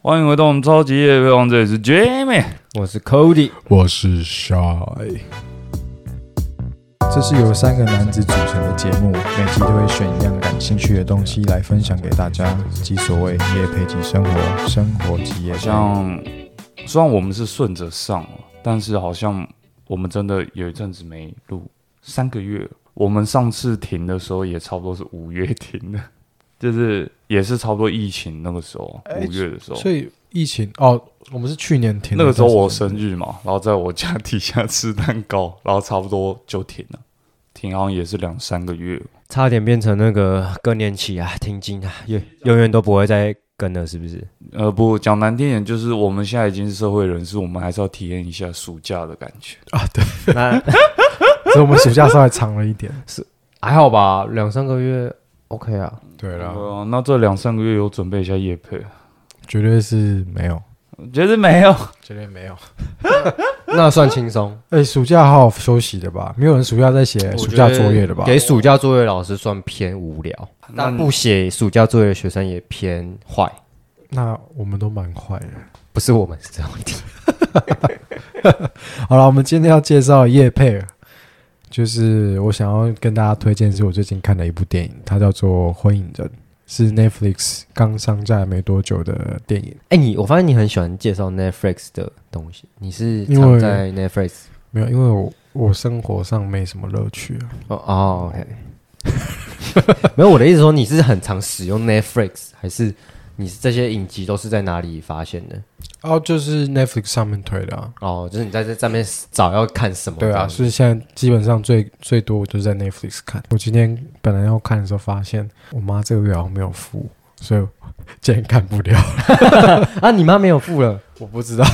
欢迎回到我们超级夜配王，这里是 Jamie。我是 Cody，我是 Shy，这是由三个男子组成的节目，每集都会选一样感兴趣的东西来分享给大家，即所谓夜配即生活，生活即夜好配。像虽然我们是顺着上哦，但是好像我们真的有一阵子没录，三个月了。我们上次停的时候也差不多是五月停的， 就是也是差不多疫情那个时候，哎五月的时候。所以疫情哦，我们是去年停的那个时候我但是生日嘛，然后在我家底下吃蛋糕，然后差不多就停了，停好像也是两三个月。差点变成那个更年期啊，停经啊，永永远都不会再更了，是不是？呃，不讲难听点，就是我们现在已经是社会人士，我们还是要体验一下暑假的感觉。 那所以我们暑假稍微长了一点。还好吧，两三个月 OK 啊。对对啦，啊，那这两三个月有准备一下夜配，绝对是没有，觉得没有。绝对没有。 那算轻松，哎，暑假好好休息的吧？没有人暑假在写暑假作业的吧？给暑假作业老师算偏无聊，那但不写暑假作业的学生也偏坏，那我们都蛮坏的。不是我们是这样题。好了，我们今天要介绍叶佩，就是我想要跟大家推荐，是我最近看的一部电影，它叫做《婚影人》，是 Netflix 刚上架没多久的电影。哎、你我发现你很喜欢介绍 Netflix 的东西，你是因常为在 Netflix 没有，因为我我生活上没什么乐趣啊。哦哦，OK。没 有，我的意思说你是很常使用 Netflix，还是你是这些影集都是在哪里发现的？哦，就是 Netflix 上面推的啊。哦，就是你在这上面找要看什么？对啊，是所以现在基本上最最多我就是在 Netflix 看。我今天本来要看的时候，发现我妈这个月好像没有付，所以我今天看不了。 啊，你妈没有付了，我不知道，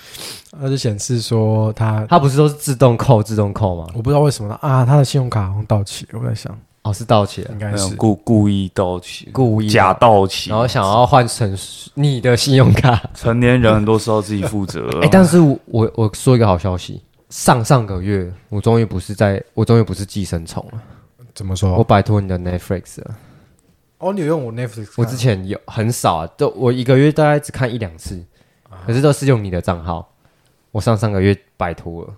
它就显示说她，她不是都是自动扣、自动扣吗？我不知道为什么啊，她的信用卡好像到期了。我在想，哦，是盗窃，应该那种是故故意盗窃、故意的啊假，盗窃，然后想要换成你的信用卡。成年人很多时候自己负责。 哎、但是我我我说一个好消息，上上个月我终于不是在，我终于不是寄生虫了，怎么我说？摆脱你的 Netflix 了。哦，你有用我 Netflix？我之前有很少、啊，都我一个月大概只看一两次，啊可是都是用你的账号。我上上个月摆脱了，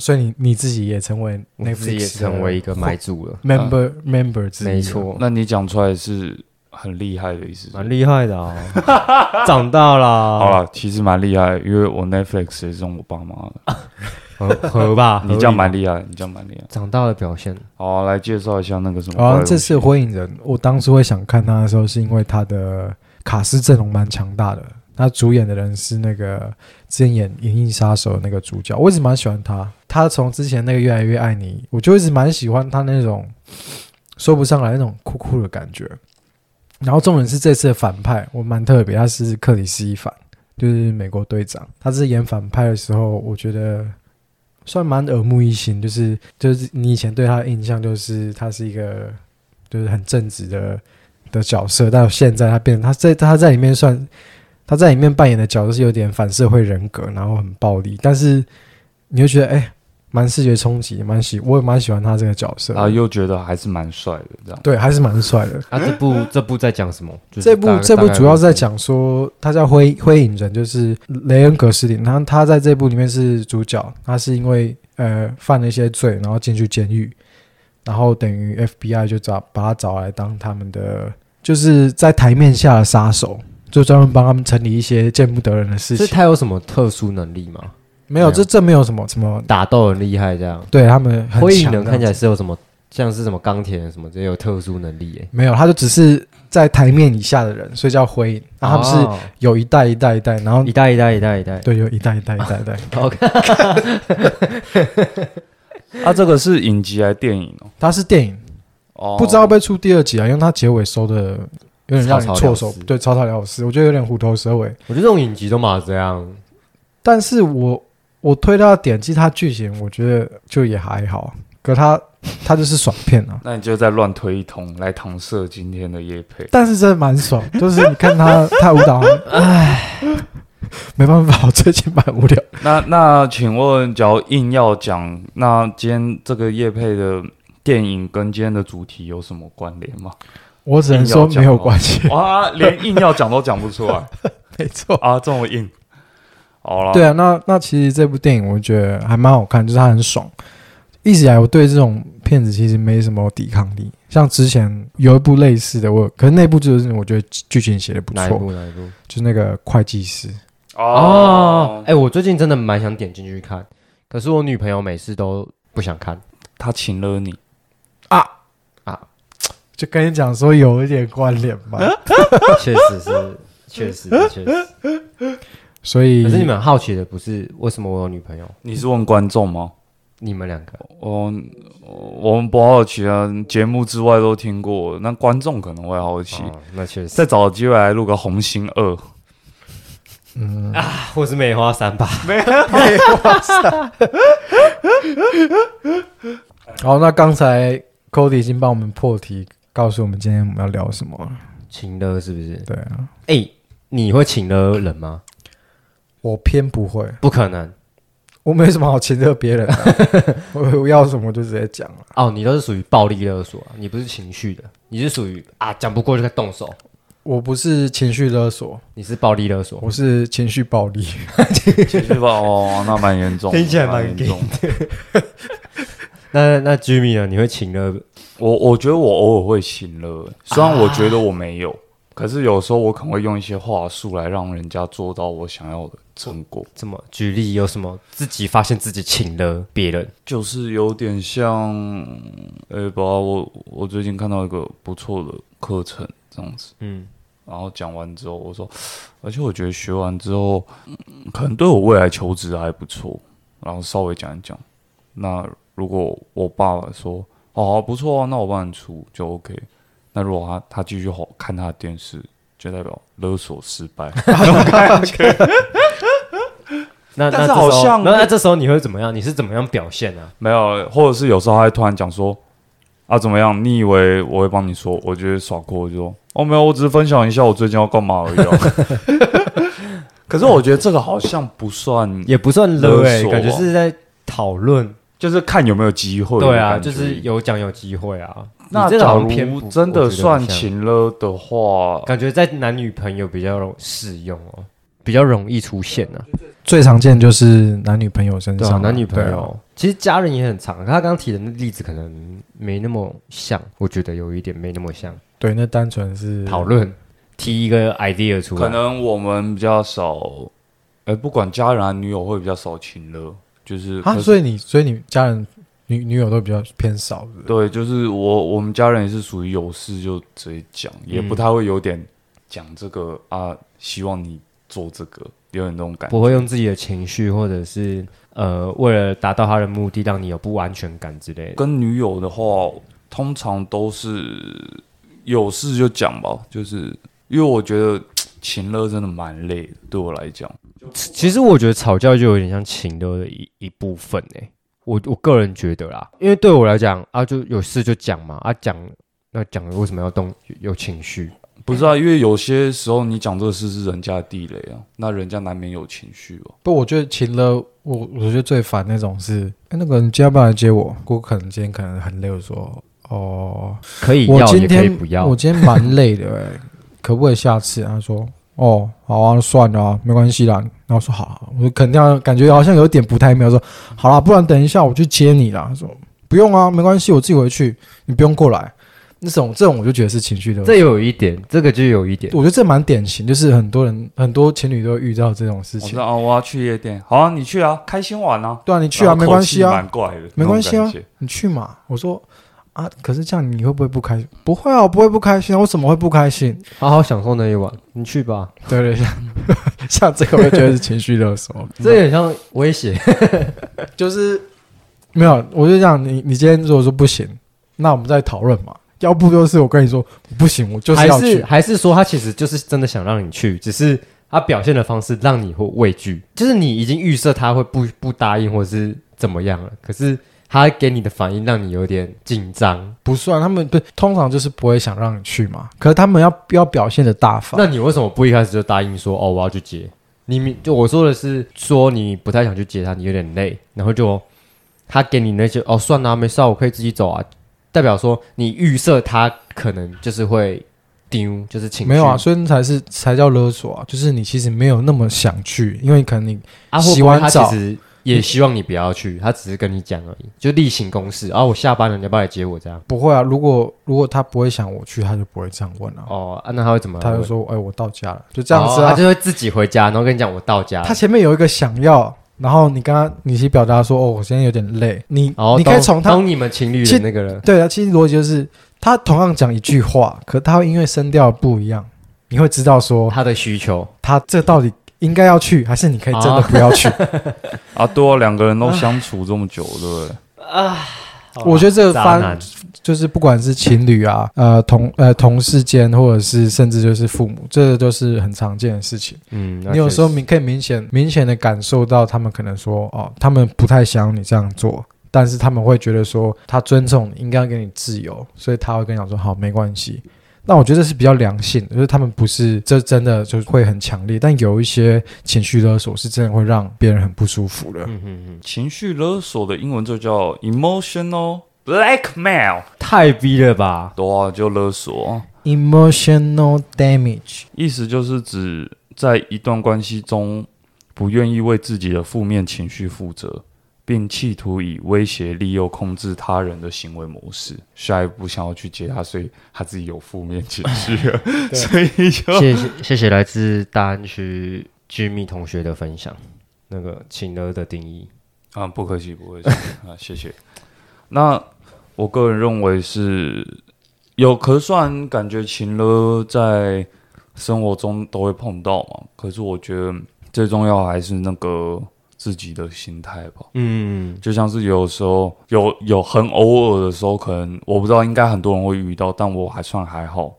所以你你自己也成为我自 Netflix 己也成为一个的买主了， member、member 之一。啊没，错，那你讲出来是很厉害的意思。蛮厉害的啊， 长大啦，好了，其实蛮厉害，因为我 Netflix 也是用我爸妈的。，合合吧你这样蛮合理吧厉害，你这样蛮厉害。长大的表现，好啊，来介绍一下那个什么怪物。啊，这次《火影人》，我当初会想看他的时候，是因为他的卡斯阵容蛮强大的。他主演的人是那个之前演《银翼杀手》的那个主角，我一直蛮喜欢他。他从之前那个《越来越爱你》，我就一直蛮喜欢他那种说不上来那种酷酷的感觉。然后重点是这次的反派，我蛮特别，他是克里斯一凡，就是美国队长。他是演反派的时候，我觉得算蛮耳目一新，就是就是你以前对他的印象就是他是一个就是很正直的的角色，到现在他变他在他在里面算他在里面扮演的角色是有点反社会人格，然后很暴力，但是你会觉得哎，蛮视觉冲击，蛮喜我也蛮喜欢他这个角色，然后啊又觉得还是蛮帅的，这样。对，还是蛮帅的。啊，这 部这部在讲什么？就是这部大这部大概主要会是在讲说，他叫灰灰影人，就是雷恩·格斯林，他他在这部里面是主角，他是因为呃犯了一些罪，然后进去监狱，然后等于 FBI 就找把他找来当他们的就是在台面下的杀手，就专门帮他们整理一些见不得人的事是情。他有什么特殊能力吗？没有，没有这这没有什么什么，打斗很厉害，这样。对他们很灰影强人这样看起来子是有什么，像是什么钢铁人什么，这些有特殊能力耶。没有，他就只是在台面以下的人，所以叫灰影。然啊后他们是哦有一代一代一代，然后一代一代一代一代。对，有一代一代一代一代。 OK，嗯啊，这个是影集还是电影哦？它是电影，哦，不知道会不会出第二集啊，因为它结尾收的有点让你草草了措手事，对，草草了事，我觉得有点虎头蛇尾。我觉得这种影集都嘛这样，但是我我推到的点，其实它剧情我觉得就也还好，可它它就是爽片啊，那你就再乱推一通来搪塞今天的叶配。但是真的蛮爽，就是你看它它舞蹈， 唉，没办法，我最近蛮无聊。那那，请问，假如硬要讲，那今天这个叶配的电影跟今天的主题有什么关联吗？我只能说没有关系，哇，连硬要讲都讲不出来没错。 啊，这么硬。好了，对啊，那那其实这部电影我觉得还蛮好看，就是它很爽。一直以来我对这种片子其实没什么抵抗力，像之前有一部类似的，我可是那部就是我觉得剧情写的不哪一错，部哪一部？就是那个会计师。哦哦，，哎、我最近真的蛮想点进去看，可是我女朋友每次都不想看。他请了你，就跟你讲说有一点关联嗯吧， 确实是，确实是 确实。所以可是你们好奇的不是为什么我有女朋友，你是问观众吗？你们两个我我们不好奇啊，节目之外都听过，那观众可能会好奇。哦，那确 实。再找机会来录个《红星二》， 嗯，或是梅花三吧？好，那刚才 Cody 已经帮我们破题，告诉我们今天我们要聊什么了。情勒是不是？对啊，哎、你会情勒人吗？我偏不会，不可能我没什么好亲热别人的啊、 我我要什么就直接讲了。哦，你都是属于暴力勒索啊，你不是情绪的，你是属于啊讲不过就该动手，我不是情绪勒索，你是暴力勒索。我是情绪暴力。其实吧，哦，那蛮严重的，听起来蛮严重的。那那 Jimmy 呢？你会请了我我觉得我偶尔会请了，虽然我觉得我没有，可是有时候我可能会用一些话术来让人家做到我想要的成果，怎么举例？有什么自己发现自己请了别人？就是有点像，呃、宝宝，我我最近看到一个不错的课程，这样子。嗯，然后讲完之后，我说，而且我觉得学完之后，嗯可能对我未来求职还不错。然后稍微讲一讲。那如果我爸爸说，哦，好不错啊，那我帮你出就 OK。那如果他他继续好看他的电视，就代表勒索失败。 那但是那这时候好像那那这时候你会怎么样？你是怎么样表现啊？没有，或者是有时候他会突然讲说，啊怎么样？你以为我会帮你说？我觉得耍过，我就说，哦没有，我只是分享一下我最近要干嘛而已、啊。 可是我觉得这个好像不算也不算勒哎、勒索感觉是在讨论。就是看有没有机会。对啊，就是。有奖有机会啊。那你这个假好像偏如不真的算，我觉得不像情了的话，感觉在男女朋友比较容适用哦，比较容易出现啊。最常见就是男女朋友身对啊，上，男女朋对啊友其实家人也很常。他刚刚提的那例子可能没那么像，我觉得有一点没那么像。对，那单纯是讨论提一个 idea 出来，可能我们比较少，哎、不管家人、啊、女友会比较少情了，就是啊，可是所以你所以你家人女女友都比较偏少是不是对，就是我我们家人也是属于有事就直接讲，嗯也不太会有点讲这个啊，希望你做这个，有点那种感觉。不会用自己的情绪，或者是呃，为了达到他的目的，让你有不安全感之类的。跟女友的话，通常都是有事就讲吧，就是因为我觉得情乐真的蛮累的，对我来讲。其实我觉得吵架就有点像情的一一部分诶、我我个人觉得啦，因为对我来讲啊，就有事就讲嘛，啊讲那讲了为什么要动有有情绪？不是啊，因为有些时候你讲这个事是人家的地雷啊，那人家难免有情绪哦。不，我觉得情了，我我觉得最烦那种是，哎，那个人今天要不要来接我？我可能今天可能很累，我说哦，可以我要今也可以天不要我。今天蛮累的、哎，可不可以下次？他说哦，好啊，算了、啊，没关系啦。然后我说好啊，我肯定要感觉好像有点不太妙，说好啦，不然等一下我去接你啦。他说不用啊，没关系，我自己回去，你不用过来。那种这种我就觉得是情绪的，这有一点，这个就有一点。我觉得这蛮典型，就是很多人很多情侣都会遇到这种事我情说。啊，我要去夜店，好啊，你去啊，开心玩啊，对啊，你去啊，然后没口关系气啊蛮，怪的，没关系那种啊感觉你去嘛。我说啊，可是这样你会不会不开心？不会啊，我不会不开心啊，我怎么会不开心？好好享受那一晚，你去吧。对对，像嗯 像这个我就觉得是情绪勒索， 这有点像威胁。 就是没有，我就讲你，你今天如果说不行，那我们再讨论嘛。要不就是我跟你说不行，我就是还要是去。还是说他其实就是真的想让你去，只是他表现的方式让你会畏惧，就是你已经预设他会不不答应或者是怎么样了，可是他给你的反应让你有点紧张，不算，他们不通常就是不会想让你去嘛。可是他们要要表现的大方，那你为什么不一开始就答应说哦我要去接？你明就我说的是说你不太想去接他，你有点累，然后就他给你那些哦算啦、没事、啊，我可以自己走啊。代表说你预设他可能就是会丢，就是情绪没有啊，所以才是才叫勒索啊，就是你其实没有那么想去，因为可能你啊，会洗不会完他澡其实也希望你不要去，他只是跟你讲而已，就例行公事。啊，我下班了，你要不要来接我？这样不会啊。如果如果他不会想我去，他就不会这样问啊，哦、啊，那他会怎么？他就说：“哎，我到家了。”就这样子哦啊他。就会自己回家，然后跟你讲我到家了。他前面有一个想要，然后你跟他你去表达说：“哦，我现在有点累。你”你哦，可以懂从他懂你们情侣其的那个人，对啊，其实逻辑就是他同样讲一句话，可他会因为声调不一样，你会知道说他的需求。他这到底应该要去，还是你可以真的不要 去。哦啊，对啊，两个人都相处这么久，对不对？我觉得这个渣翻男就是不管是情侣啊，呃同呃同事间，或者是甚至就是父母，这个都是很常见的事情。嗯，那你有时候确实明可以明显明显的感受到他们可能说哦，他们不太想要你这样做。但是他们会觉得说他尊重你，应该要给你自由，所以他会跟你讲说好，没关系。那我觉得这是比较良性的，就是他们不是这真的就会很强烈，但有一些情绪勒索是真的会让别人很不舒服的。嗯嗯嗯，情绪勒索的英文就叫 emotional blackmail，太逼了吧？对啊，就勒索啊。 Emotional damage，意思就是指在一段关系中不愿意为自己的负面情绪负责，并企图以威胁、利诱、控制他人的行为模式。下一步想要去接他，所以他自己有负面情绪了， 所以就谢谢谢谢来自大安区 Jimmy 同学的分享，那个情勒的定义。啊，不客气，不客气啊，谢谢。那我个人认为是有，可是虽然感觉情勒在生活中都会碰到嘛，可是我觉得最重要还是那个自己的心态吧。嗯，就像是有时候有有很偶尔的时候，可能我不知道，应该很多人会遇到，但我还算还好，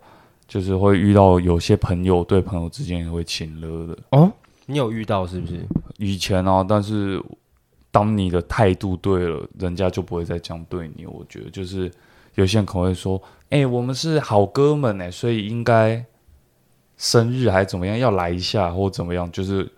就是会遇到有些朋友对朋友之间也会情勒的。哦，你有遇到是不是？以前啊，但是当你的态度对了，人家就不会再这样对你。我觉得就是有些人可能会说：“哎、我们是好哥们哎、所以应该生日还怎么样要来一下，或怎么样，就是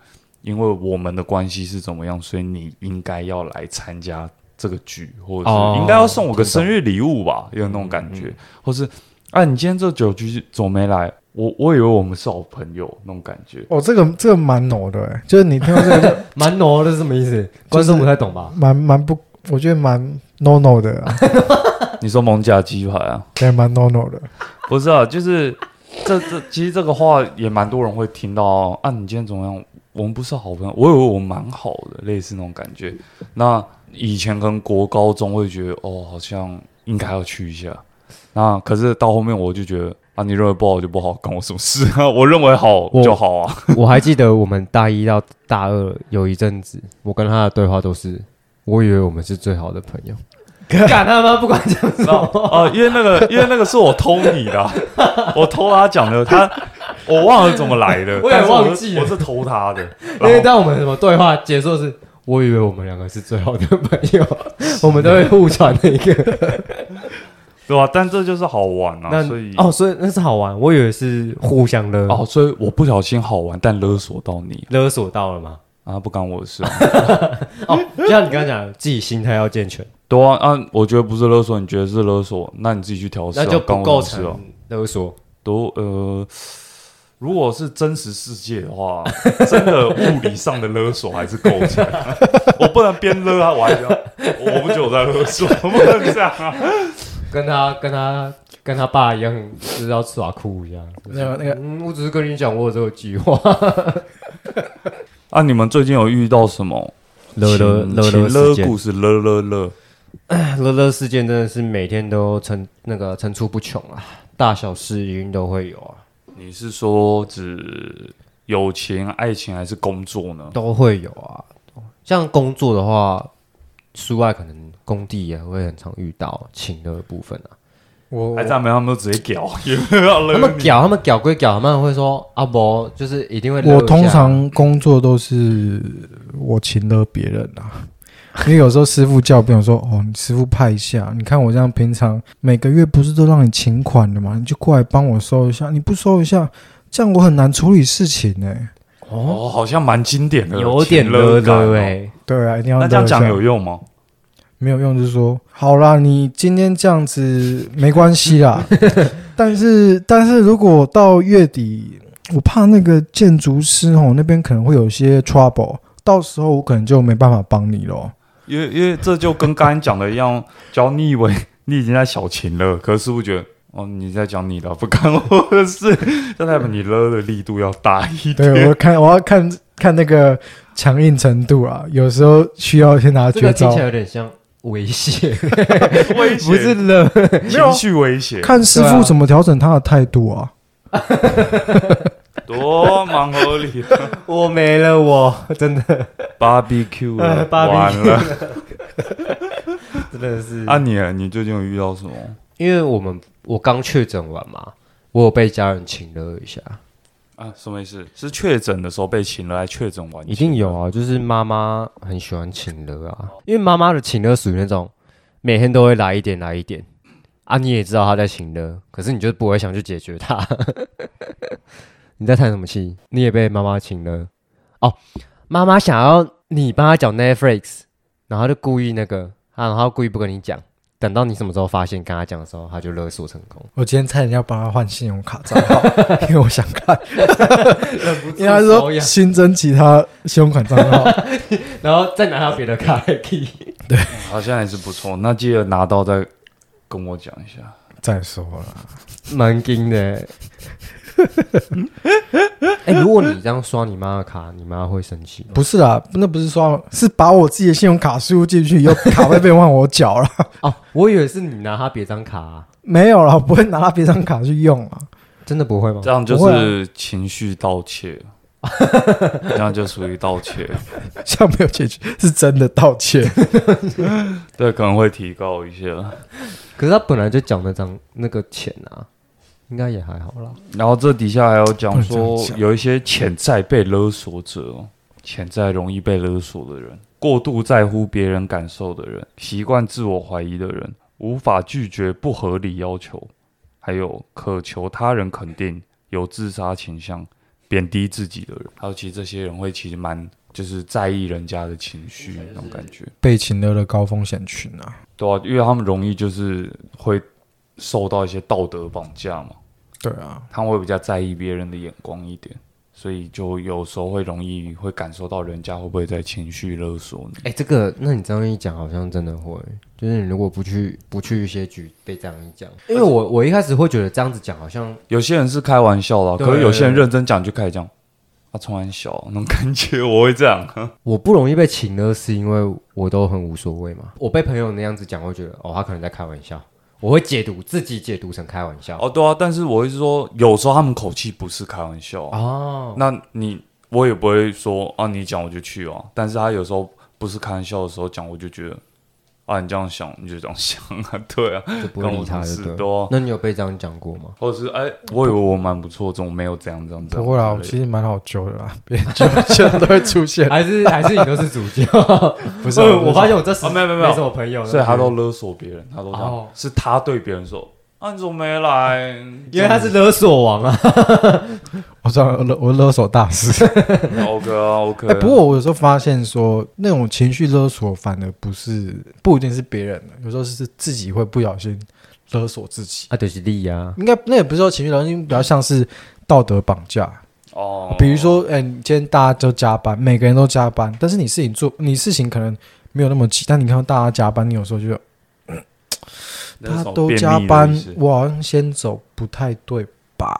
因为我们的关系是怎么样，所以你应该要来参加这个局，或者哦是应该要送我个听懂生日礼物吧，有那种感觉，或是啊，你今天这酒局怎么没来？我我以为我们是好朋友那种感觉。”哦，这个这个蛮挪的、欸，就是你听到这个就 蛮挪的是什么意思？观众不太懂吧？蛮蛮不，我觉得蛮 no no 的、啊， 你说蒙甲鸡排啊？对，蛮 no no 的。不是啊，就是这这其实这个话也蛮多人会听到哦啊。你今天怎么样？我们不是好朋友，我以为我蛮好的，类似那种感觉。那以前跟国高中会觉得哦，好像应该要去一下。那可是到后面我就觉得啊，你认为不好就不好，关我什么事啊？我认为好我就好啊。 我还记得我们大一到大二有一阵子，我跟他的对话都是，我以为我们是最好的朋 友。敢他妈不管讲什那 啊，因为那个因为那个是我偷你的 啊、我偷他讲的，他我忘了怎么来的，我也但是忘记了我是偷他的。因为当我们什么对话结束是，我以为我们两个是最好的朋友， 我们都会互传那 个。对吧、但这就是好玩啊，那所以哦，所以那是好玩，我以为是互相勒、哦，所以我不小心好玩，但勒索到你勒索到了嘛。啊，不干我的事啊。 哦，就像你刚刚讲，自己心态要健全，对啊，啊，我觉得不是勒索，你觉得是勒索，那你自己去调试、啊，那就不干构我什么事啊。成勒索。都呃，如果是真实世界的话，真的物理上的勒索还是构成。啊 我不能边勒啊，我还要，我不觉得我在勒索， 我不能这样啊。跟他跟他跟他爸一样，就是要耍酷一样。那个那个嗯，我只是跟你讲，我有这个计划。啊，你们最近有遇到什么勒勒情勒情勒勒事件故，事？勒勒勒，勒勒事件真的是每天都层那个层出不穷啊，大小事一定都会有啊，你是说指友情、爱情还是工作呢？都会有啊。像工作的话，书外可能工地也会很常遇到请的部分啊。我还赞美他们都直接 屌，哦有没有要勒他们屌，他们屌归屌，他们会说阿伯、不就是一定会勒一下。我通常工作都是我请了别人啊， 因为有时候师傅叫，朋友说：“哦，你师傅派一下，你看我这样平常每个月不是都让你请款的嘛，你就过来帮我收一下，你不收一下，这样我很难处理事情欸呢、哦，好像蛮经典的，有点勒哦欸勒勒哎、对啊，一定要那这勒样一下讲有用吗？没有用，就是说好啦，你今天这样子没关系啦，但是但是如果到月底，我怕那个建筑师哦那边可能会有些 trouble，到时候我可能就没办法帮你咯。因为因为这就跟刚才讲的一 样，只要你以为你已经在小情了，可是师傅觉得哦你在讲你的，不干我 的事，这代表你勒的力度要大一点。对我看我要看看那个强硬程度啊，有时候需要先拿这个绝听招起来，有点像猥 亵， 威胁不是了。情绪威胁，看师对啊傅怎么调整他的态度啊。多蛮合 理的。我没了我，真的 Barbecue 了呃，barbecue 完了。真的是啊你呢，你最近有遇到什么？因为我们我刚确诊完嘛，我有被家人请了一下，啊，什么意思？是确诊的时候被请了，还确诊完？一定有啊，就是妈妈很喜欢请了啊，因为妈妈的请了属于那种每天都会来一点来一点啊，你也知道她在请了，可是你就不会想去解决她。 你在叹什么气？你也被妈妈请了哦，妈妈想要你帮她缴 Netflix，然后她就故意那个，啊，然后她故意不跟你讲，等到你什么时候发现跟她讲的时候，她就勒索成功。我今天差点要帮他换信用卡账 号，因为我想看，因为他说新增其他信用卡账号，然后再拿她别的卡来 key。好像还是不错。那记得拿到再跟我讲一下。再说了，蛮惊的欸。 哎、如果你这样刷你妈的卡，你妈会生气吗？不是啦，那不是说是把我自己的信用卡输入进去，有卡会被换我缴了， 哦，我以为是你拿她别张卡、啊，没有啦，我不会拿他别张卡去用啊， 真的不会吗这？样就不会啊是情绪盗窃， 这样就属于盗窃，像没有解决是真的道歉，对，可能会提高一些。可是她本来就缴那张那个钱啊，应该也还好啦。然后这底下还有讲不能说这样，讲有一些潜在被勒索者哦，潜在容易被勒索的人，过度在乎别人感受的人，习惯自我怀疑的人，无法拒绝不合理要求，还有渴求他人肯定，有自杀倾向，贬低自己的人。还有，其实这些人会其实蛮就是在意人家的情绪那种感觉。 被情勒的高风险群啊，对啊，因为他们容易就是会受到一些道德绑架嘛，对啊，他们会比较在意别人的眼光一点，所以就有时候会容易会感受到人家会不会在情绪勒索你。哎、这个，那你这样一讲，好像真的会，就是你如果不去不去一些局被这样一讲，因为我我一开始会觉得这样子讲好像有些人是开玩笑啦，对可是有些人认真讲就开始讲，啊，从很小那种感觉，我会这样。我不容易被请呢，是因为我都很无所谓嘛。我被朋友那样子讲，我会觉得哦，他可能在开玩笑，我会解读自己解读成开玩笑。哦，对啊，但是我会说，有时候他们口气不是开玩笑啊，哦，那你我也不会说啊，你讲我就去哦。但是他有时候不是开玩笑的时候讲，我就觉得啊，你这样想你就这样想啊， 对啊，就不会理他跟我同就事对了。多啊那你有被这样讲过吗？或者是哎、我以为我蛮不错，怎么没有这样这样这样？不会啦，我之其类 的实蛮好揪啊的啦，别人揪现在都会出现，还是还是你都是主 角？不不是啊， 我发现我这时啊没有没有没有什么朋友，所以他都勒索别人，他都这样，哦是他对别人说啊，你怎么没来？因为他是勒索王啊。 我知道我勒我勒索大师。 OK 啊 OK 啊、 哎、不过我有时候发现说，那种情绪勒索反而不是不一定是别人的，有时候是自己会不小心勒索自己。啊，就是利啊，应该那也不是说情绪勒索，因为比较像是道德绑架。哦，比如说，哎、你今天大家都加班，每个人都加班，但是你事情做，你事情可能没有那么急，但你看到大家加班，你有时候就觉得那他种都便加秘的班意思，我好像先走不太对吧？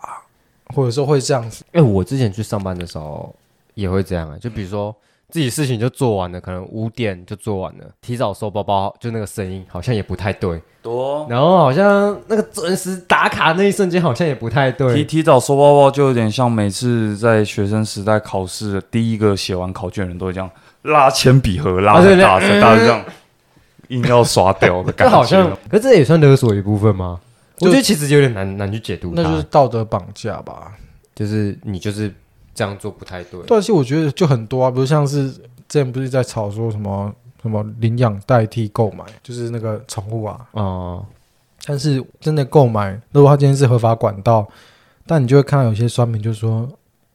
或者说会这样子，哎、我之前去上班的时候也会这样啊、就比如说自己事情就做完了，可能五点就做完了，提早收包包，就那个声音好像也不太对，多然后好像那个准时打卡那一瞬间好像也不太提对，提早收包包就有点像每次在学生时代考试，第一个写完考卷的人都会这样拉铅笔盒拉啊对很对大声，大家这样硬要刷掉的感觉。这好像，可是这也算勒索一部分吗？我就觉得其实有点难难去解读它，那就是道德绑架吧。就是你就是这样做不太对，对，其实我觉得就很多啊，比如像是之前不是在吵说什么什么领养代替购买，就是那个宠物啊，哦、但是真的购买，如果它今天是合法管道，但你就会看到有些酸民就说。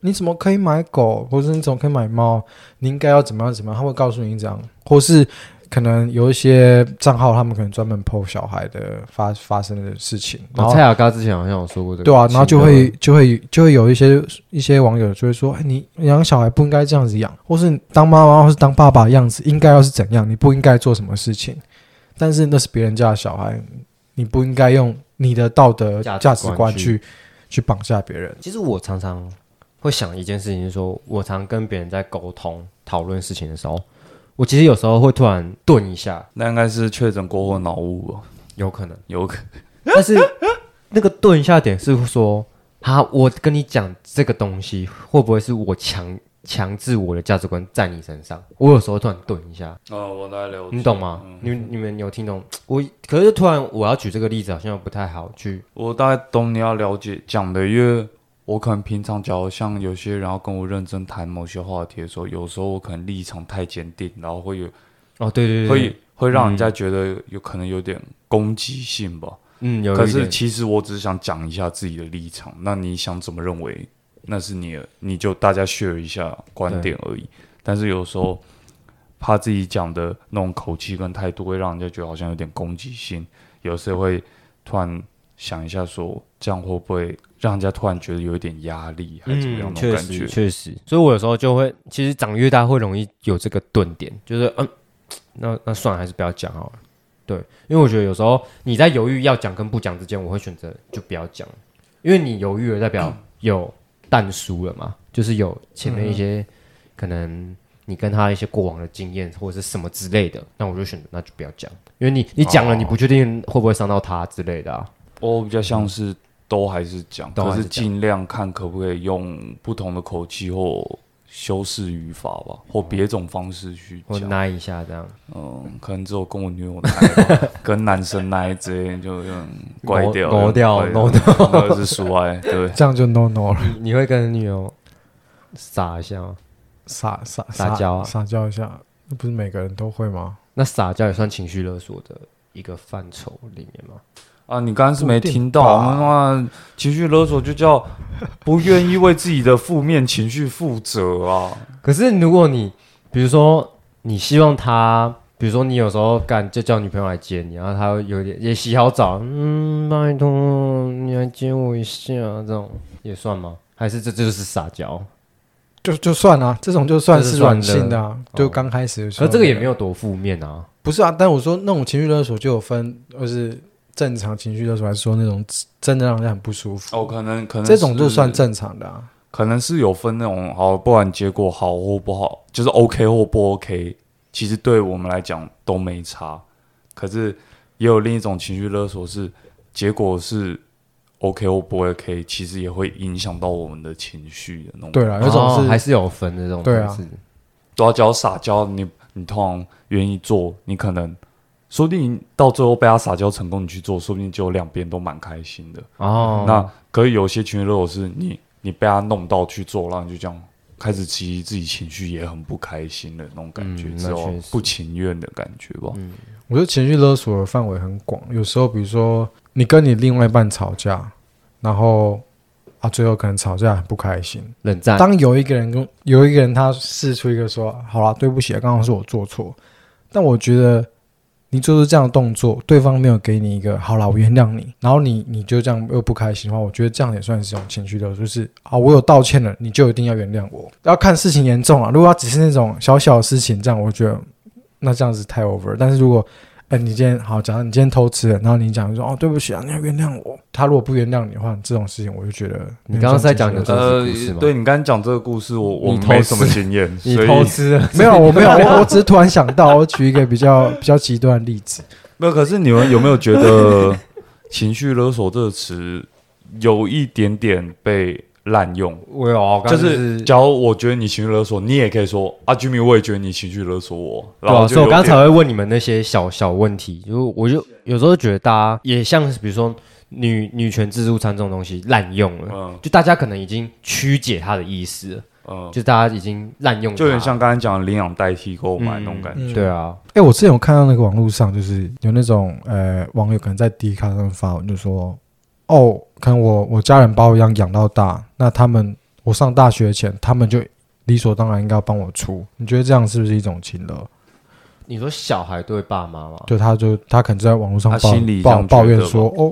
你怎么可以买狗，或者是你怎么可以买猫？你应该要怎么样怎么样？他会告诉你这样，或是可能有一些账号，他们可能专门 PO 小孩的发发生的事情，然哦后蔡雅刚之前好像有说过这个，对啊，然后就会就会就会有一些一些网友就会说，哎，你养小孩不应该这样子养，或是当妈妈或是当爸爸的样子应该要是怎样，你不应该做什么事情。但是那是别人家的小孩，你不应该用你的道德价值价值观观去去去绑架别人。其实我常常会想一件事情，就是说我常跟别人在沟通讨论事情的时候，我其实有时候会突然顿一下，那应该是确诊过后脑雾吧，有可能，有可能 但是那个顿一下点是说，哈，我跟你讲这个东西，会不会是我强强制我的价值观在你身上？我有时候突然顿一下，哦，我嗯来了解你懂吗？你你们有听懂？我可是突然我要举这个例子，好像又不太好去我大概懂你要了解讲的，因为我可能平常假如像有些人要跟我认真谈某些话题的时候，有时候我可能立场太坚定，然后会有哦，对对对，会会让人家觉得有可能有点攻击性吧。嗯，有可一是点其实我只是想讲一下自己的立场，那你想怎么认为，那是你的，你就大家 share 一下观点而已。但是有时候怕自己讲的那种口气跟态度会让人家觉得好像有点攻击性，有时候会突然想一下说，这样会不会让人家突然觉得有一点压力，还是怎么样嗯那种确感实觉？确实，所以我有时候就会，其实长越大会容易有这个顿点，就是嗯，那那算了，还是不要讲好了。对，因为我觉得有时候你在犹豫要讲跟不讲之间，我会选择就不要讲，因为你犹豫了，代表嗯有淡疏了嘛，就是有前面一些、可能你跟他一些过往的经验或者是什么之类的，那我就选择那就不要讲，因为你你讲了，哦你不确定会不会伤到他之类的啊。我比较像是都还是讲，都可还是是尽量看可不可以用不同的口气或修饰语法吧，或别种方式去我讲。拉一下这样，嗯，可能只有跟我女友奶吧，跟男生奶之类就有点怪掉，挪挪掉怪挪掉，是输哎，对，这样就 no no 了，你你会跟女友撒一下吗？撒撒撒娇啊撒娇一下，那不是每个人都会吗？那撒娇也算情绪勒索的一个范畴里面吗？啊，你刚刚是没听不到，一定吧那情绪勒索就叫不愿意为自己的负面情绪负责啊，可是如果你比如说你希望他，比如说你有时候干就叫女朋友来接你，然后他会有点也洗好澡，嗯，拜托你来接我一下，这种也算吗？还是这这就是撒娇？就就算啊，这种就算这是是算软性的啊，的就哦刚开始的时可候。是这个也没有多负面啊。不是啊，但我说那种情绪勒索就有分，就是正常情绪勒索，还是说那种真的让人家很不舒服？哦，可能可能这种就是算正常的啊。可能是有分那种好，不管结果好或不好，就是 OK 或不 OK，其实对我们来讲都没差。可是也有另一种情绪勒索是，结果是 OK 或不 OK，其实也会影响到我们的情绪的那种。对，了，有一种哦是、还是有分的这种对啊方式都要教撒娇，你你通常愿意做，你可能说不定到最后被他撒娇成功，你去做，说不定就两边都蛮开心的。哦。那可以有些情绪勒索是你你被他弄到去做，然后你就这样开始其实自己情绪也很不开心的那种感觉，嗯只那有确实嗯不情愿的感觉吧。我觉得情绪勒索的范围很广，有时候比如说你跟你另外一半吵架，然后啊最后可能吵架很不开心，冷战当有一个人跟有一个人他试出一个说：“好啦，对不起，啊刚刚是我做错。”但我觉得你做出这样的动作，对方没有给你一个“好啦，我原谅你”，然后你你就这样又不开心的话，我觉得这样也算是一种情绪的，就是啊，我有道歉了，你就一定要原谅我。要看事情严重啊，如果他只是那种小小的事情，这样我觉得那这样子太 over。但是如果哎、你今天好，假如你今天偷吃了，然后你讲说哦，对不起啊，你要原谅我。他如果不原谅你的话，这种事情我就觉得你刚刚是在讲你的那种情绪勒索这是故事吗对你刚刚讲这个故事，我我你偷没什么吃经验，你所以偷吃了， 没有，我没有，我 我只是突然想到，我举一个比较比较极端的例子。没有。可是你们有没有觉得情绪勒索这个词有一点点被滥 用？我有啊，我刚就刚是，假如我觉得你情绪勒索，你也可以说啊，Jimmy，我也觉得你情绪勒索我，然对后啊，就所以我有刚点才会问你们那些小小问题，就我就有时候觉得大家也像是比如说女女权自助餐这种东西滥用了，嗯就大家可能已经曲解它的意思了，嗯，就大家已经滥用它，就有点像刚才讲的领养代替购买啊嗯那种感觉。嗯对啊，哎、我之前有看到那个网络上，就是有那种呃网友可能在 D 卡上发文，就说哦，可能我我家人把我养养到大，那他们我上大哦学前，他们就理所当然应该要帮我出。你觉得这样是不是一种情勒？你说小孩对爸妈吗？对，他就他可能在网络上他抱心里这抱样抱觉怨得说，哦，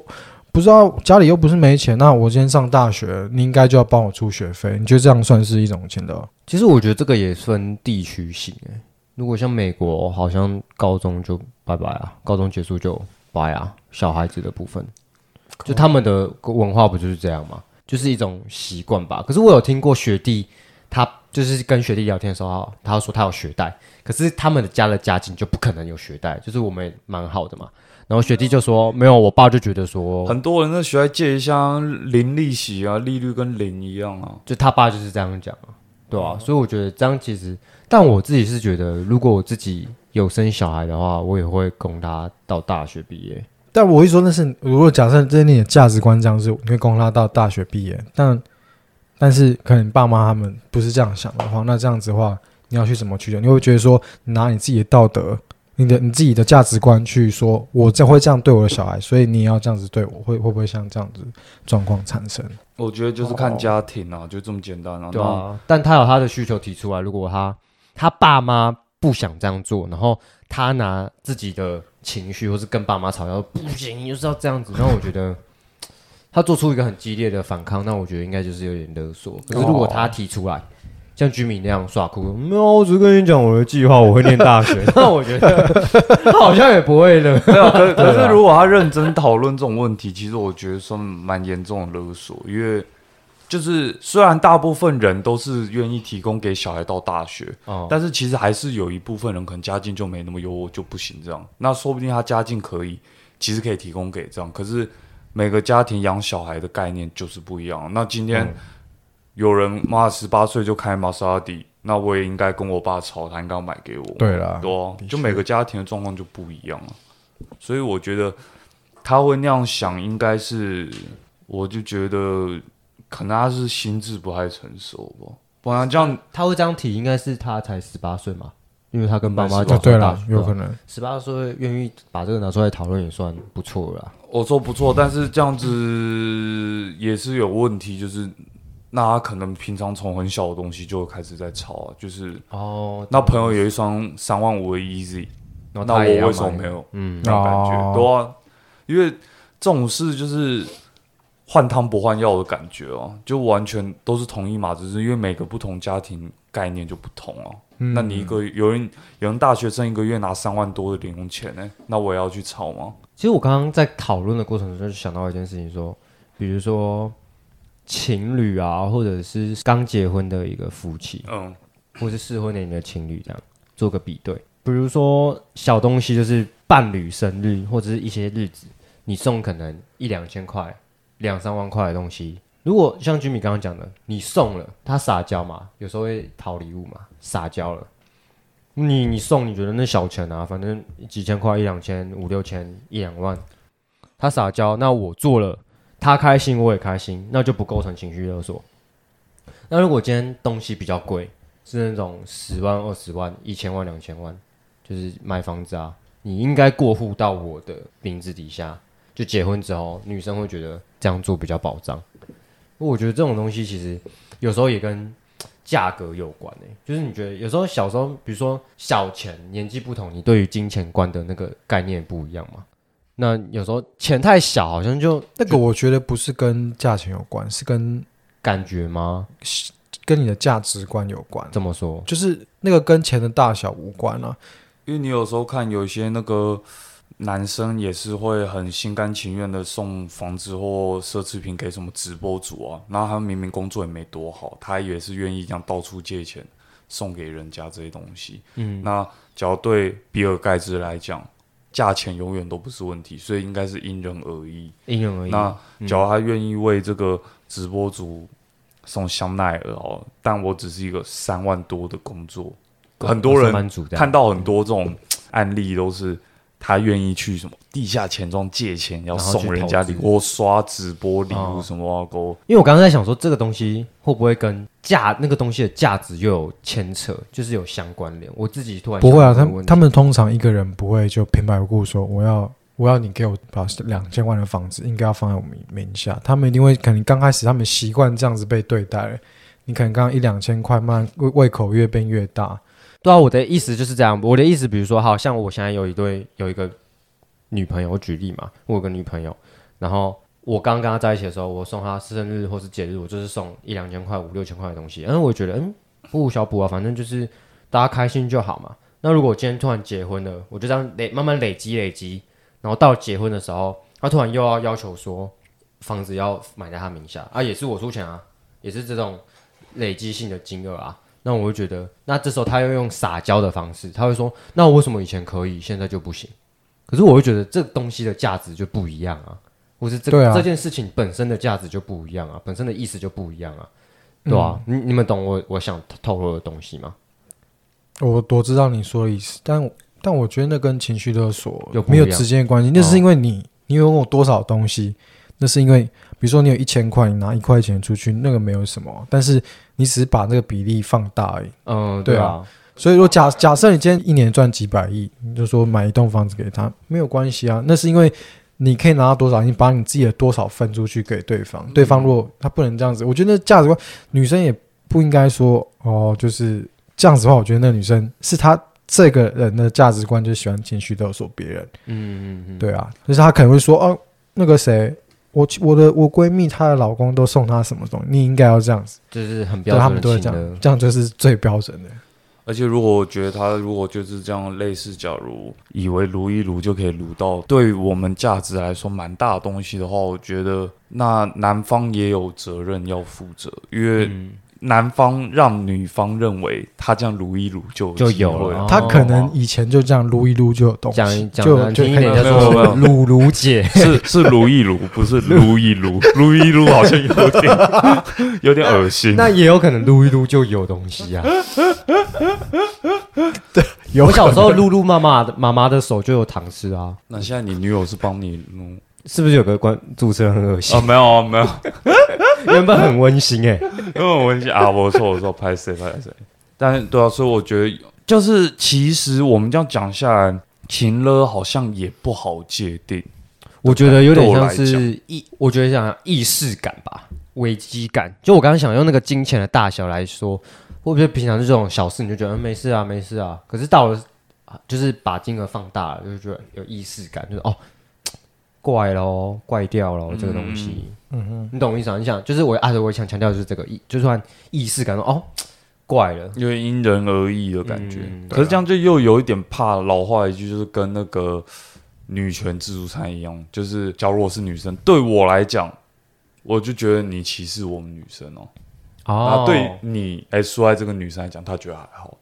不知道家里又不是没钱，那我今天上大学，你应该就要帮我出学费，你觉得这样算是一种钱的？其实我觉得这个也分地区性诶、如果像美国，好像高中就拜拜啊，高中结束就拜啊，小孩子的部分，就他们的文化不就是这样吗？就是一种习惯吧。可是我有听过学弟，他就是跟学弟聊天的时候，他说他有学贷，可是他们的家的家境就不可能有学贷，就是我们也蛮好的嘛。然后学弟就说没有，我爸就觉得说，很多人在学校借一下零利息啊，利率跟零一样啊。就他爸就是这样讲啊，对啊，所以我觉得这样其实，但我自己是觉得，如果我自己有生小孩的话，我也会供他到大学毕业。但我会说那是，如果假设这是你的价值观这样子，你会供他到大学毕业，但但是可能爸妈他们不是这样想的话，那这样子的话，你要去怎么取舍？你会觉得说，你拿你自己的道德、你的你自己的价值观去说，我这会这样对我的小孩，所以你也要这样子对我，会会不会像这样子状况产生？我觉得就是看家庭啊，就这么简单啊。哦对 啊，但他有他的需求提出来，如果他他爸妈不想这样做，然后他拿自己的情绪或是跟爸妈吵架，不行，你就是要这样子，那我觉得。他做出一个很激烈的反抗，那我觉得应该就是有点勒索。可是如果他提出来，像居民那样耍酷，没有，我只是跟你讲我的计划，我会念大学。 那我觉得他好像也不会的。没有，可啊可是如果他认真讨论这种问题，其实我觉得算蛮严重的勒索，因为就是虽然大部分人都是愿意提供给小孩到大学，哦，但是其实还是有一部分人可能家境就没那么优渥，就不行这样。那说不定他家境可以，其实可以提供给这样。可是每个家庭养小孩的概念就是不一样。那今天有人妈十八岁就开玛莎拉蒂，那我也应该跟我爸吵，他应该要买给我。对啦，对啊、就每个家庭的状况就不一样啊。所以我觉得他会那样想，应该是我就觉得可能他是心智不太成熟吧。不然这样他会这样提，应该是他才十八岁嘛，因为他跟爸妈哦哦讲对啦，有啊可能。十八岁愿意把这个拿出来讨论也算不错了啦。我说不错，但是这样子也是有问题，就是那他可能平常从很小的东西就开始在吵、啊，就是哦，那朋友有一双三万五的 Easy，然后那哦他也要我为什么买没？有？嗯，那种感觉，哦对啊，因为这种事就是换汤不换药的感觉哦、就完全都是同一码子事，因为每个不同家庭概念就不同哦、嗯那你一个有人有人大学生一个月拿三万多的零用钱呢、那我也要去吵吗？其实我刚刚在讨论的过程中就想到一件事情说比如说情侣啊，或者是刚结婚的一个夫妻，嗯，或是适婚年龄的情侣，这样做个比对。比如说小东西就是伴侣生日或者是一些日子，你送可能一两千块、两三万块的东西。如果像居米刚刚讲的，你送了他撒娇嘛，有时候会讨礼物嘛，撒娇了。你你送你觉得那小钱啊，反正几千块、一两千、五六千、一两万，他撒娇，那我做了，他开心我也开心，那就不构成情绪勒索。那如果今天东西比较贵，是那种十万、二十万、一千万、两千万，就是买房子啊，你应该过户到我的名字底下。就结婚之后，女生会觉得这样做比较保障。我觉得这种东西其实有时候也跟价格有关诶、就是你觉得有时候小时候，比如说小钱，年纪不同，你对于金钱观的那个概念不一样嘛。那有时候钱太小，好像就那个我觉得不是跟价钱有关，是跟感觉吗？跟你的价值观有关，这么说？就是那个跟钱的大小无关啊。因为你有时候看有一些那个。男生也是会很心甘情愿的送房子或奢侈品给什么直播主啊，然后他明明工作也没多好，他也是愿意这样到处借钱送给人家这些东西。嗯，那只要对比尔盖茨来讲，价钱永远都不是问题，所以应该是因人而异。因人而异。那只要他愿意为这个直播主送香奈儿哦，但我只是一个三万多的工作，很多上人班族这样看到很多这种案例都是。他愿意去什么地下钱庄借钱，要然后去送人家礼投资物，或刷直播礼哦物什么啊勾，因为我刚刚在想说，这个东西会不会跟价那个东西的价值又有牵扯，就是有相关联？我自己突然不会啊，他想到这个们问题他们通常一个人不会就平白无故说我要我要你给我把两千万的房子应该要放在我名名下，他们一定会可能刚开始他们习惯这样子被对待了，你可能刚刚一两千块慢慢胃胃口越变越大，对啊，我的意思就是这样。我的意思，比如说，好像我现在有一对有一个女朋友，我举例嘛，我有个女朋友，然后我刚跟她在一起的时候，我送她生日或是节日，我就是送一两千块、五六千块的东西，嗯，我觉得嗯不无小补啊，反正就是大家开心就好嘛。那如果我今天突然结婚了，我就这样累慢慢累积累积，然后到结婚的时候，她突然又要要求说房子要买在她名下啊，也是我出钱啊，也是这种累积性的金额啊。那我就觉得，那这时候他又用撒娇的方式，他会说：“那我为什么以前可以，现在就不行？”可是我会觉得这个东西的价值就不一样啊，或是这对个、啊这件事情本身的价值就不一样啊，本身的意思就不一样啊，对啊，嗯你你们懂我我想透露的东西吗？我我知道你说的意思，嗯但但我觉得那跟情绪勒索又不没有一样直接的关系，那是因为你、你拥有多少东西，那是因为比如说你有一千块，你拿一块钱出去，那个没有什么，但是你只是把那个比例放大而已。嗯，对啊啊，所以说假假设你今天一年赚几百亿，你就说买一栋房子给他没有关系啊，那是因为你可以拿到多少，你把你自己的多少分出去给对方，嗯对方如果他不能这样子，我觉得价值观女生也不应该说哦，就是这样子的话，我觉得那女生是她这个人的价值观就喜欢情绪勒索别人，嗯嗯嗯，对啊，就是她可能会说哦，那个谁。我我的我闺蜜她的老公都送她什么东西，你应该要这样子，就是很对标他准们的都会情这勒样，这样就是最标准的。而且如果我觉得他如果就是这样类似，假如以为撸一撸就可以撸到对于我们价值来说蛮大的东西的话，我觉得那男方也有责任要负责，因为嗯，男方让女方认为他这样撸一撸就就有机会了了哦他可能以前就这样撸一撸就有东西，讲一讲就难就听一可以点，叫没有没有做没鲁鲁姐，是是撸一撸，不是撸一撸，撸一撸好像有点 有点恶心。 那也有可能撸一撸就有东西 啊。有我可小能时候撸撸妈妈的妈妈的手就有糖吃啊，那现在你女友是帮你撸是不是有个关主持人很恶心啊？？没有啊没有，原本很温馨哎、因为我很想啊，我错我错，拍谁拍谁。但是对啊，所以我觉得就是其实我们这样讲下来，情勒好像也不好界定。我觉得有点像对我来是意，我觉得像意识感吧，危机感。就我刚刚想用那个金钱的大小来说，会不会平常这种小事你就觉得、嗯、没事啊，没事啊？可是到了啊就是把金额放大了，就觉得有意识感，就是哦，怪咯，怪掉咯，这个东西。嗯哼，你懂我意思啊？你想，就是我啊，我想强调就是这个意，就算意识感说哦，怪了，因为因人而异的感觉。啊嗯可是这样就又有一点怕老话一句，就是跟那个女权自助餐一样，就是假如我是女生，对我来讲，我就觉得你歧视我们女生哦。哦啊，，对你哎，说爱这个女生来讲，她觉得还好。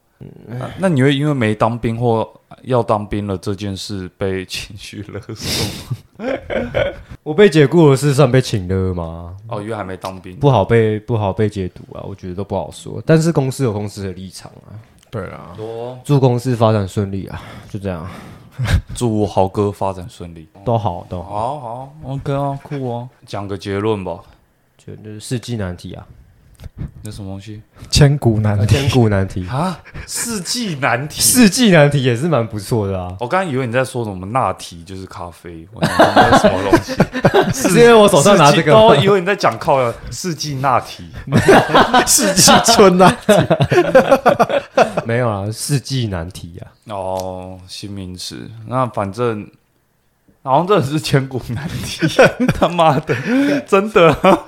啊那你会因为没当兵或要当兵了这件事被情绪勒索吗？我被解雇了是算被请了吗？ 哦，因为还没当兵，不好被不好被解读啊，我觉得都不好说。但是公司有公司的立场啊，对啦，多祝公司发展顺利啊，就这样，祝豪哥发展顺利。都好都好，好好，OK 啊，酷哦。讲个结论吧，就就是世纪难题 啊，那什么东西千古难题。千古难题，啊？世纪难题。世纪难题也是蛮不错的啊，我刚刚以为你在说什么纳提，就是咖啡，我想说那是什么东 西？ 是因为我手上拿这个世纪我吗，以为你在讲靠了世纪纳提，世纪春啊， 没有啊，世纪难题啊，哦，新名词。那反正好像真的是千古难题， 他妈的，真的 啊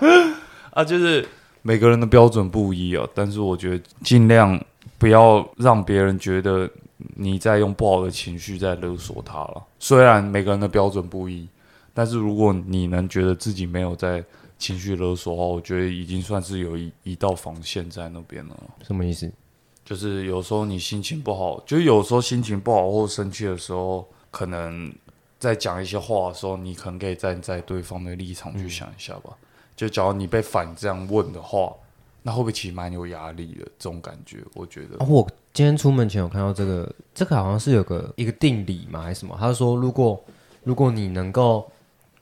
啊，就是每个人的标准不一啊。但是我觉得尽量不要让别人觉得你在用不好的情绪在勒索他了。虽然每个人的标准不一，但是如果你能觉得自己没有在情绪勒索的话，我觉得已经算是有一一道防线在那边了。什么意思？就是有时候你心情不好，就是有时候心情不好或生气的时候，可能在讲一些话的时候，你可能可以站在对方的立场去想一下吧。就假如你被反这样问的话，那会不会其实蛮有压力的？这种感觉，我觉得哦，我今天出门前有看到这个，这个好像是有个一个定理嘛，还是什么？他就说，如果如果你能够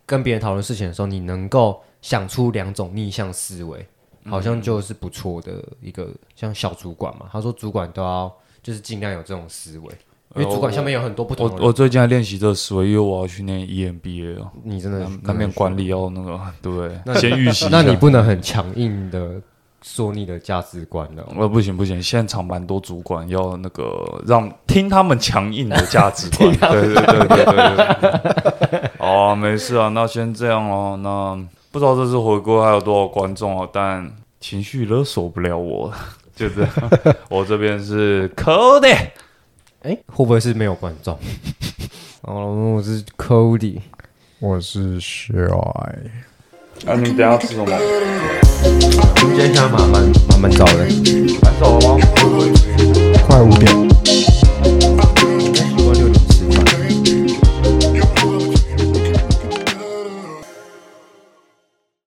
跟别人讨论事情的时候，你能够想出两种逆向思维，好像就是不错的一个像小主管嘛。他说，主管都要就是尽量有这种思维，因为主管下面有很多不我同的人。我最近在练习这个思维，因为我要去念 EMBA 啊，你真的 那那边管理要那个对不对？先预习一下，那你不能很强硬的说你的价值观了。呃，不行不行，现在厂蛮多主管要那个让听他们强硬的价值观，对对对对对对。哦，没事啊，那先这样哦。那不知道这次回归还有多少观众哦，但情绪勒索不了我，就这样。我这边是 Cody，哎，会不会是没有观 众？哦，我是 Cody。我是 Shy。啊那、你等下吃什么？你今天想要慢慢慢慢找人。